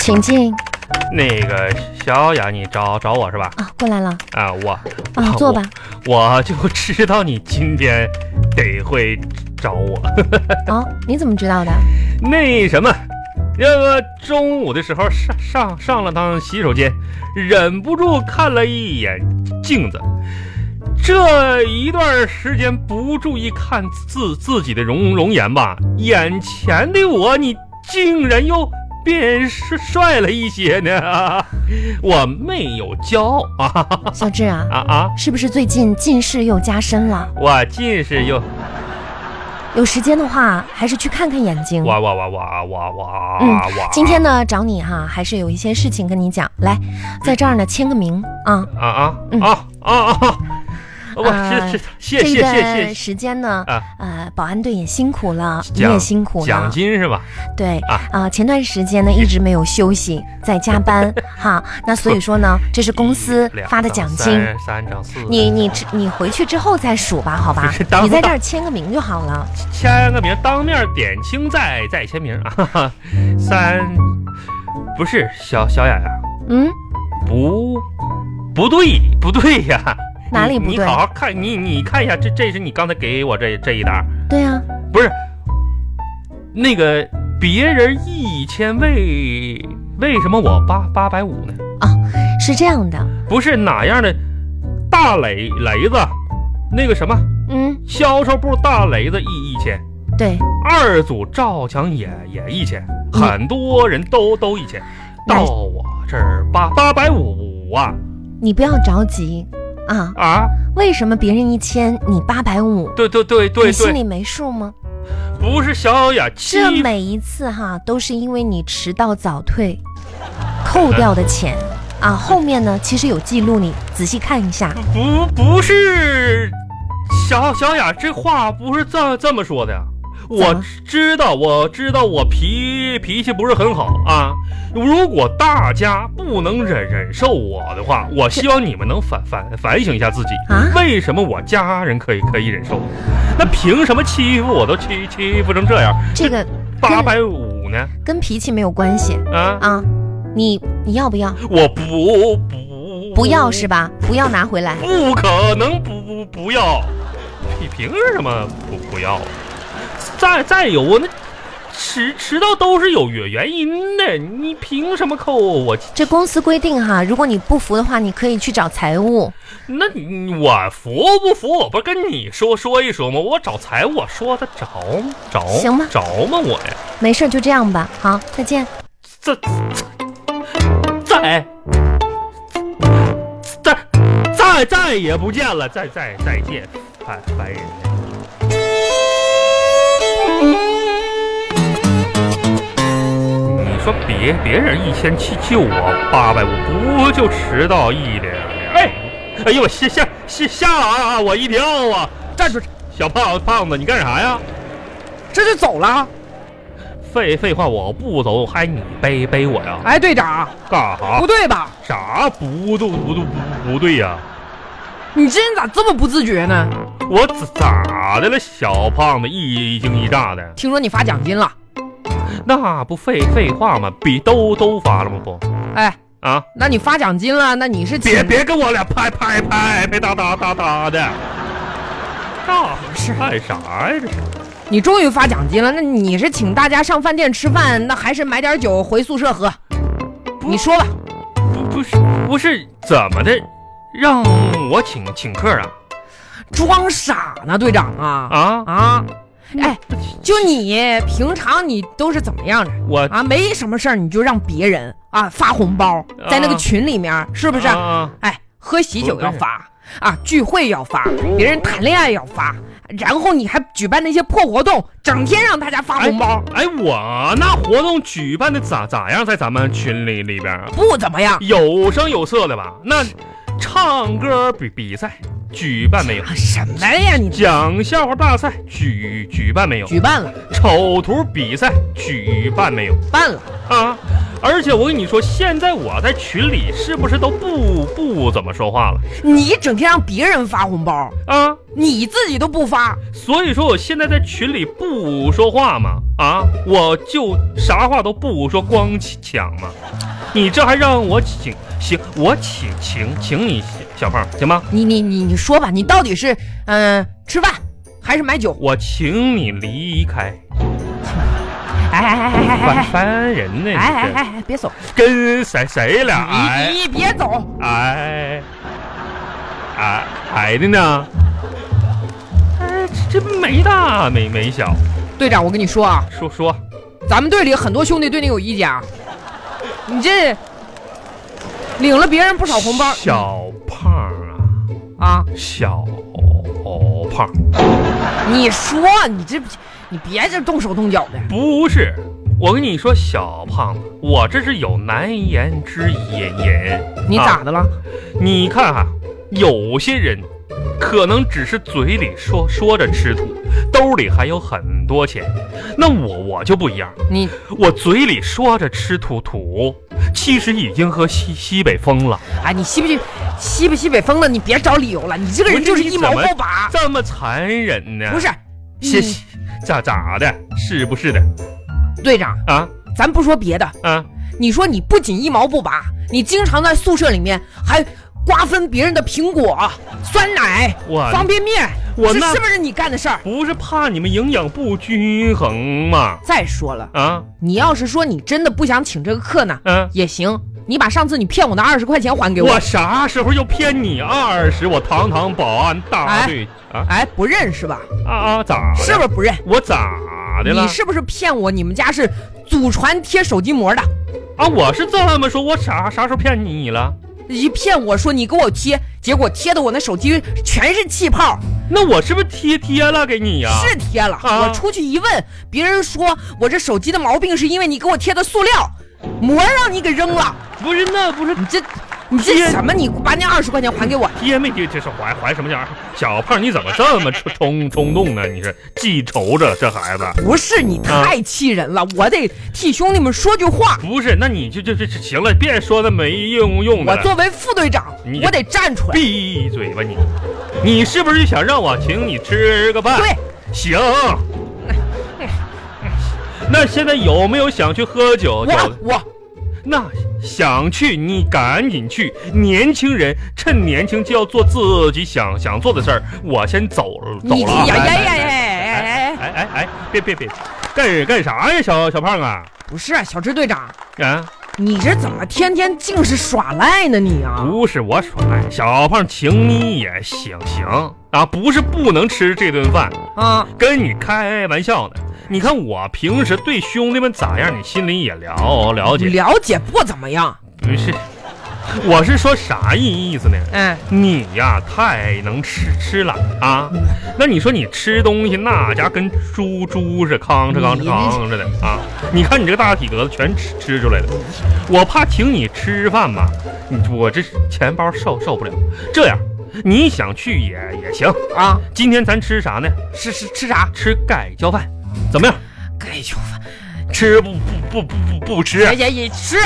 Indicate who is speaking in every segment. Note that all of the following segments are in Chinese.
Speaker 1: 请进
Speaker 2: 那个小雅，你找找我是吧？
Speaker 1: 啊，过来了
Speaker 2: 啊，我
Speaker 1: 啊，坐吧。
Speaker 2: 我就知道你今天得会找我。
Speaker 1: 啊，你怎么知 道的？
Speaker 2: 那什么，那个中午的时候上上上了趟洗手间，忍不住看了一眼镜子。这一段时间不注意看自自己的容容颜吧，眼前的我，你竟然又变帅帅了一些呢！ 我没有骄傲啊
Speaker 1: 小智啊，
Speaker 2: 啊啊！
Speaker 1: 是不是最近近视又加深了？
Speaker 2: 我近视又
Speaker 1: 有时间的话，还是去看看眼睛。
Speaker 2: 哇哇哇哇哇哇
Speaker 1: 嗯
Speaker 2: 哇！
Speaker 1: 今天呢，找你哈、还是有一些事情跟你讲。来，在这儿呢，签个名啊。
Speaker 2: 啊啊
Speaker 1: 嗯
Speaker 2: 啊啊啊！我
Speaker 1: 啊
Speaker 2: 是是谢
Speaker 1: 这
Speaker 2: 谢
Speaker 1: 一
Speaker 2: 谢
Speaker 1: 段
Speaker 2: 谢谢
Speaker 1: 时间呢
Speaker 2: 啊，
Speaker 1: 呃，保安队也辛苦了，你
Speaker 2: 奖
Speaker 1: 也辛苦
Speaker 2: 奖
Speaker 1: 了。
Speaker 2: 金是吧？
Speaker 1: 对
Speaker 2: 啊
Speaker 1: 啊，前段时 间呢一直没有休息，在加班哈。那所以说呢，这是公司
Speaker 2: 两
Speaker 1: 发的奖
Speaker 2: 张
Speaker 1: 金。
Speaker 2: 三三张四张，
Speaker 1: 你你你回去之后再数吧，好吧
Speaker 2: 不是？ 当
Speaker 1: 你在这儿签个名就好了。
Speaker 2: 签个名，当面点清再再签名啊！哈 哈，三不是小小雅呀，
Speaker 1: 嗯，
Speaker 2: 不不对不对呀，
Speaker 1: 哪里
Speaker 2: 你
Speaker 1: 不
Speaker 2: 你
Speaker 1: 对
Speaker 2: 好好看，你你看一下，这这是你刚才给我这这一沓，
Speaker 1: 对啊，
Speaker 2: 不是那个别人一千为为什么我八八百五呢？
Speaker 1: 是这样的。
Speaker 2: 不是哪样的大雷雷子，那个什么
Speaker 1: 嗯，
Speaker 2: 销售部大雷子一一千。
Speaker 1: 对，
Speaker 2: 二组赵强也也一千，
Speaker 1: 嗯
Speaker 2: 很多人都都一千，到我这儿八八百五啊
Speaker 1: 你不要着急啊。
Speaker 2: 啊！
Speaker 1: 为什么别人一千你八百五？
Speaker 2: 对对对对
Speaker 1: 你心
Speaker 2: 对，
Speaker 1: 里没数吗？
Speaker 2: 不是小雅欺
Speaker 1: 这每一次哈都是因为你迟到早退，扣掉的钱啊。后面呢，其实有记录你，仔细看一下。
Speaker 2: 不不是小小雅这话不是这这么说的呀。我
Speaker 1: 么
Speaker 2: 知道，我知道，我脾脾气不是很好啊。如果大家不能忍忍受我的话，我希望你们能反反反省一下自己。
Speaker 1: 啊
Speaker 2: 为什么我家人可以可以忍受，那凭什么欺负我都欺欺负成这样？
Speaker 1: 这个
Speaker 2: 八百五呢？
Speaker 1: 跟脾气没有关系
Speaker 2: 啊，
Speaker 1: 啊。你你要不要？
Speaker 2: 我不不
Speaker 1: 不要是？吧？不要拿回来。
Speaker 2: 不可能不不不要，你凭什么不不要？再再有我那迟迟到都是有原原因的，你凭什么扣我？
Speaker 1: 这公司规定哈，如果你不服的话，你可以去找财务。
Speaker 2: 那你我服不服？我不是跟你说说一说吗？我找财务，我说他着吗着吗
Speaker 1: 行吧
Speaker 2: 着吗我呀？
Speaker 1: 没事，就这样吧。好，再见。
Speaker 2: 这哎再再再再也不见了，再再再见，烦烦人。你说别别人一千七就我八百，我不就迟到一点儿？哎，哎呦我吓吓吓吓了啊！我一跳啊！
Speaker 3: 站住！
Speaker 2: 小胖胖子，你干啥呀？
Speaker 3: 这就走了。啊
Speaker 2: 废废话，我不走还你背背我呀？
Speaker 3: 哎，队长，
Speaker 2: 干啥
Speaker 3: 不？对吧？
Speaker 2: 啥不对不对不不对呀、
Speaker 3: 你这人咋这么不自觉呢？
Speaker 2: 我咋咋的了，小胖子一惊一乍的，
Speaker 3: 听说你发奖金了？
Speaker 2: 那不废废话吗？比都都发了吗不？
Speaker 3: 哎，
Speaker 2: 啊，
Speaker 3: 那你发奖金了，那你是
Speaker 2: 别
Speaker 3: 请
Speaker 2: 别跟我俩拍拍拍拍哒哒哒哒的，干
Speaker 3: 是
Speaker 2: 干啥呀这是？
Speaker 3: 你终于发奖金了，那你是请大家上饭店吃饭，那还是买点酒回宿舍喝？
Speaker 2: 不
Speaker 3: 你说吧，
Speaker 2: 不不是不是怎么的，让我请请客啊
Speaker 3: 装傻呢，队长啊
Speaker 2: 啊！
Speaker 3: 啊！哎，就你平常你都是怎么样的？
Speaker 2: 我
Speaker 3: 啊，没什么事儿你就让别人啊发红包，在那个
Speaker 2: 啊
Speaker 3: 群里面是不是？
Speaker 2: 啊
Speaker 3: 哎，喝喜酒
Speaker 2: 不
Speaker 3: 要
Speaker 2: 对
Speaker 3: 发啊，聚会要发，别人谈恋爱要发，然后你还举办那些破活动，整天让大家发红包，
Speaker 2: 哎，我那活动举办的咋咋样，在咱们群里里边啊？
Speaker 3: 不怎么样。
Speaker 2: 有声有色的吧？那唱歌比比赛举办没有？
Speaker 3: 啊什么呀你？
Speaker 2: 讲笑话大赛举举办没有？
Speaker 3: 举办了，
Speaker 2: 丑图比赛举办没有？
Speaker 3: 办了，
Speaker 2: 啊，而且我跟你说，现在我在群里是不是都不不怎么说话了
Speaker 3: 你整天让别人发红包，
Speaker 2: 啊？
Speaker 3: 你自己都不发，
Speaker 2: 所以说我现在在群里不说话嘛，啊，我就啥话都不说，光抢嘛。你这还让我请行，我请请请你小胖行吗？
Speaker 3: 你你你你说吧，你到底是嗯、吃饭还是买酒？
Speaker 2: 我请你离开，
Speaker 3: 哎哎哎哎
Speaker 2: 烦
Speaker 3: 哎
Speaker 2: 烦人呢！
Speaker 3: 哎哎
Speaker 2: 你
Speaker 3: 哎哎，别走，
Speaker 2: 这跟谁谁俩？哎
Speaker 3: 你你别走，
Speaker 2: 哎哎哎的呢？哎，这这没大没没小，
Speaker 3: 队长，我跟你说啊，
Speaker 2: 说说
Speaker 3: 咱们队里很多兄弟对你有意见啊，你这领了别人不少红包
Speaker 2: 小啊胖啊，
Speaker 3: 啊！
Speaker 2: 小胖。
Speaker 3: 你说你这，你别这动手动脚的，
Speaker 2: 不是，我跟你说，小胖子，我这是有难言之隐隐。
Speaker 3: 你咋
Speaker 2: 啊
Speaker 3: 的了？
Speaker 2: 你看哈、有些人可能只是嘴里说说着吃土，兜里还有很多钱。那我我就不一样，
Speaker 3: 你
Speaker 2: 我嘴里说着吃土土，其实已经喝西西北风了。
Speaker 3: 哎，你西不西西不西北风了？你别找理由了，你这个人
Speaker 2: 不是
Speaker 3: 就是
Speaker 2: 你
Speaker 3: 一毛
Speaker 2: 怎么
Speaker 3: 不拔。
Speaker 2: 这么残忍呢？
Speaker 3: 不是，
Speaker 2: 谢
Speaker 3: 嗯
Speaker 2: 谢，咋咋的？是不是的？
Speaker 3: 队长，
Speaker 2: 啊
Speaker 3: 咱不说别的，
Speaker 2: 啊！
Speaker 3: 你说你不仅一毛不拔，你经常在宿舍里面还瓜分别人的苹果、酸奶、
Speaker 2: 我
Speaker 3: 方便面，
Speaker 2: 我
Speaker 3: 这
Speaker 2: 那
Speaker 3: 是不是你干的事儿？
Speaker 2: 不是怕你们营养不均衡吗？
Speaker 3: 再说了，
Speaker 2: 啊，
Speaker 3: 你要是说你真的不想请这个课呢，
Speaker 2: 嗯，
Speaker 3: 也行，你把上次你骗我那二十块钱还给我。
Speaker 2: 我啥时候又骗你二十？我堂堂保安大队啊
Speaker 3: 哎，不认是吧？
Speaker 2: 啊啊！咋的？
Speaker 3: 是不是不认？
Speaker 2: 我咋的了
Speaker 3: 你？是不是骗我？你们家是祖传贴手机膜的？
Speaker 2: 啊，我是这么说，我啥啥时候骗你了？
Speaker 3: 一骗我说你给我贴，结果贴的我那手机全是气泡，
Speaker 2: 那我是不是贴贴了给你呀、
Speaker 3: 是贴了。
Speaker 2: 啊
Speaker 3: 我出去一问，别人说我这手机的毛病是因为你给我贴的塑料膜让你给扔了。
Speaker 2: 不是，那不是
Speaker 3: 你这，你
Speaker 2: 贴
Speaker 3: 这什么？你把那二十块钱还给我。
Speaker 2: 贴没贴？这是怀怀什么家？小胖，你怎么这么冲冲冲动呢？你是记仇着这孩子？
Speaker 3: 不是你
Speaker 2: 啊
Speaker 3: 太气人了，我得替兄弟们说句话。
Speaker 2: 不是，那你就就就就行了，别说那没用用的
Speaker 3: 我
Speaker 2: 了。
Speaker 3: 作为副队长
Speaker 2: 你，
Speaker 3: 我得站出来。
Speaker 2: 闭嘴吧你！你是不是想让我请你吃个饭？
Speaker 3: 对，
Speaker 2: 行。那现在有没有想去喝酒？
Speaker 3: 我
Speaker 2: 酒
Speaker 3: 我
Speaker 2: 那想去，你赶紧去。年轻人趁年轻就要做自己想想做的事儿。我先走了，走
Speaker 3: 你
Speaker 2: 了啊。
Speaker 3: 呀呀
Speaker 2: 哎
Speaker 3: 呀呀
Speaker 2: 哎
Speaker 3: 呀呀
Speaker 2: 哎哎哎！别别别，干干啥呀，小小胖啊？
Speaker 3: 不是啊小支队长，
Speaker 2: 啊，
Speaker 3: 你这怎么天天净是耍赖呢你啊？
Speaker 2: 不是我说，哎，小胖请你也行行啊，不是不能吃这顿饭。
Speaker 3: 啊，
Speaker 2: 跟你开玩笑呢。你看我平时对兄弟们咋样，你心里也了了解。
Speaker 3: 了解不怎么样。
Speaker 2: 不是，我是说啥意意思呢？
Speaker 3: 哎，
Speaker 2: 你呀，太能吃吃了啊！那你说你吃东西那家跟猪猪似的，吭哧吭哧吭哧的啊！你看你这个大体格子全吃吃出来的，我怕请你吃饭吧，你我这钱包受受不了。这样，你想去也也行。
Speaker 3: 啊，
Speaker 2: 今天咱吃啥呢？
Speaker 3: 是是吃啥？
Speaker 2: 吃盖浇饭，怎么样？
Speaker 3: 盖浇饭
Speaker 2: 吃不不不不不不吃。
Speaker 3: 也也也吃，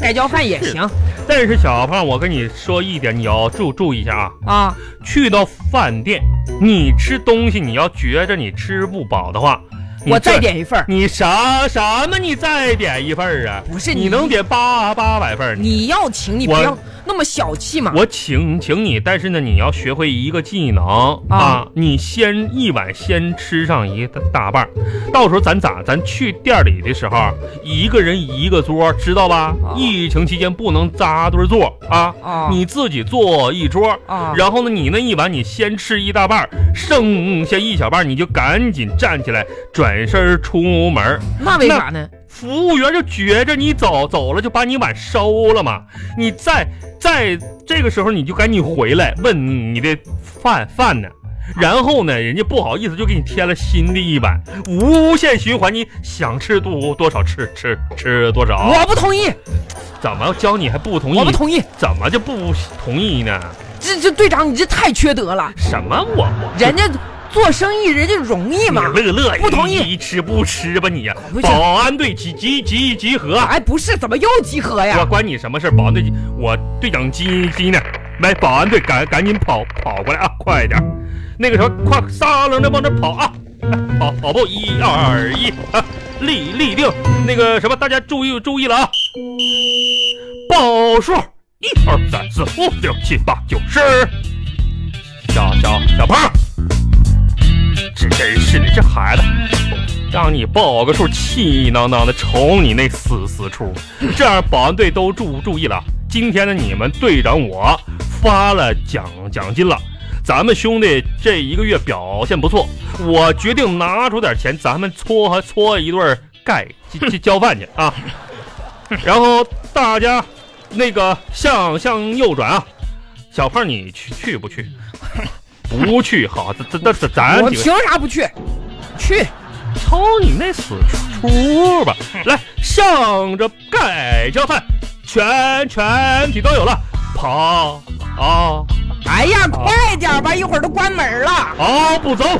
Speaker 3: 盖浇饭也行
Speaker 2: 但哎是小胖，我跟你说一点，你要注注意一下啊。
Speaker 3: 啊。
Speaker 2: 去到饭店，你吃东西，你要觉着你吃不饱的话，你
Speaker 3: 我
Speaker 2: 这
Speaker 3: 再。点一份儿。
Speaker 2: 你啥什么？你再点一份儿啊？
Speaker 3: 不是
Speaker 2: 你
Speaker 3: 你
Speaker 2: 能点八八百份儿？
Speaker 3: 你要请你不
Speaker 2: 我
Speaker 3: 要那么小气嘛。
Speaker 2: 我请请你，但是呢，你要学会一个技能
Speaker 3: 啊
Speaker 2: 你先一碗先吃上一大半儿，到时候咱咋咱去店里的时候，一个人一个桌，知道吧？
Speaker 3: 啊
Speaker 2: 疫情期间不能扎堆儿坐啊，
Speaker 3: 啊
Speaker 2: 你自己坐一桌。
Speaker 3: 啊，
Speaker 2: 然后呢，你那一碗你先吃一大半儿，剩下一小半儿你就赶紧站起来，转身儿出门儿。
Speaker 3: 那为啥呢？
Speaker 2: 服务员就觉着你走走了，就把你碗收了嘛。你再再这个时候你就赶紧回来问你的饭饭呢，然后呢，人家不好意思就给你添了新的一碗，无限循环。你想吃多多少吃吃吃多少，
Speaker 3: 我不同意，
Speaker 2: 怎么教哦你还不同意
Speaker 3: 我？不同意。
Speaker 2: 怎么就不同意呢？
Speaker 3: 这这队长，你这太缺德了。
Speaker 2: 什么我我
Speaker 3: 人家做生意人家容易
Speaker 2: 你
Speaker 3: 吗？
Speaker 2: 乐乐，
Speaker 3: 不同意
Speaker 2: 你吃不吃吧你呀
Speaker 3: 不？是
Speaker 2: 保安队集集集集合，
Speaker 3: 哎，不是，怎么又集合
Speaker 2: 我
Speaker 3: 呀？
Speaker 2: 管你什么事儿保安队集，我队长急急呢，来，保安队赶赶紧跑跑过来啊，快点儿！那个时候快撒楞着往这跑啊，来跑跑步，一二一啊，立立定，那个什么，大家注意注意了啊，报数，一二三四五六七八九十，小小小胖，这真是的，这孩子。让你报个数，气囊囊的瞅你那死死处。这样，保安队都注注意了。今天的你们队长我发了奖奖金了，咱们兄弟这一个月表现不错，我决定拿出点钱，咱们搓和搓一顿盖去去交饭去啊。然后大家那个向向右转啊，小胖你去去不去？不去好，咱咱咱咱
Speaker 3: 我
Speaker 2: 几个
Speaker 3: 凭啥不去？去，
Speaker 2: 瞅你那死出吧！来，向着盖浇饭，全全体都有了，跑啊啊
Speaker 3: 哎呀，快点吧，一会儿都关门了。
Speaker 2: 啊！不走，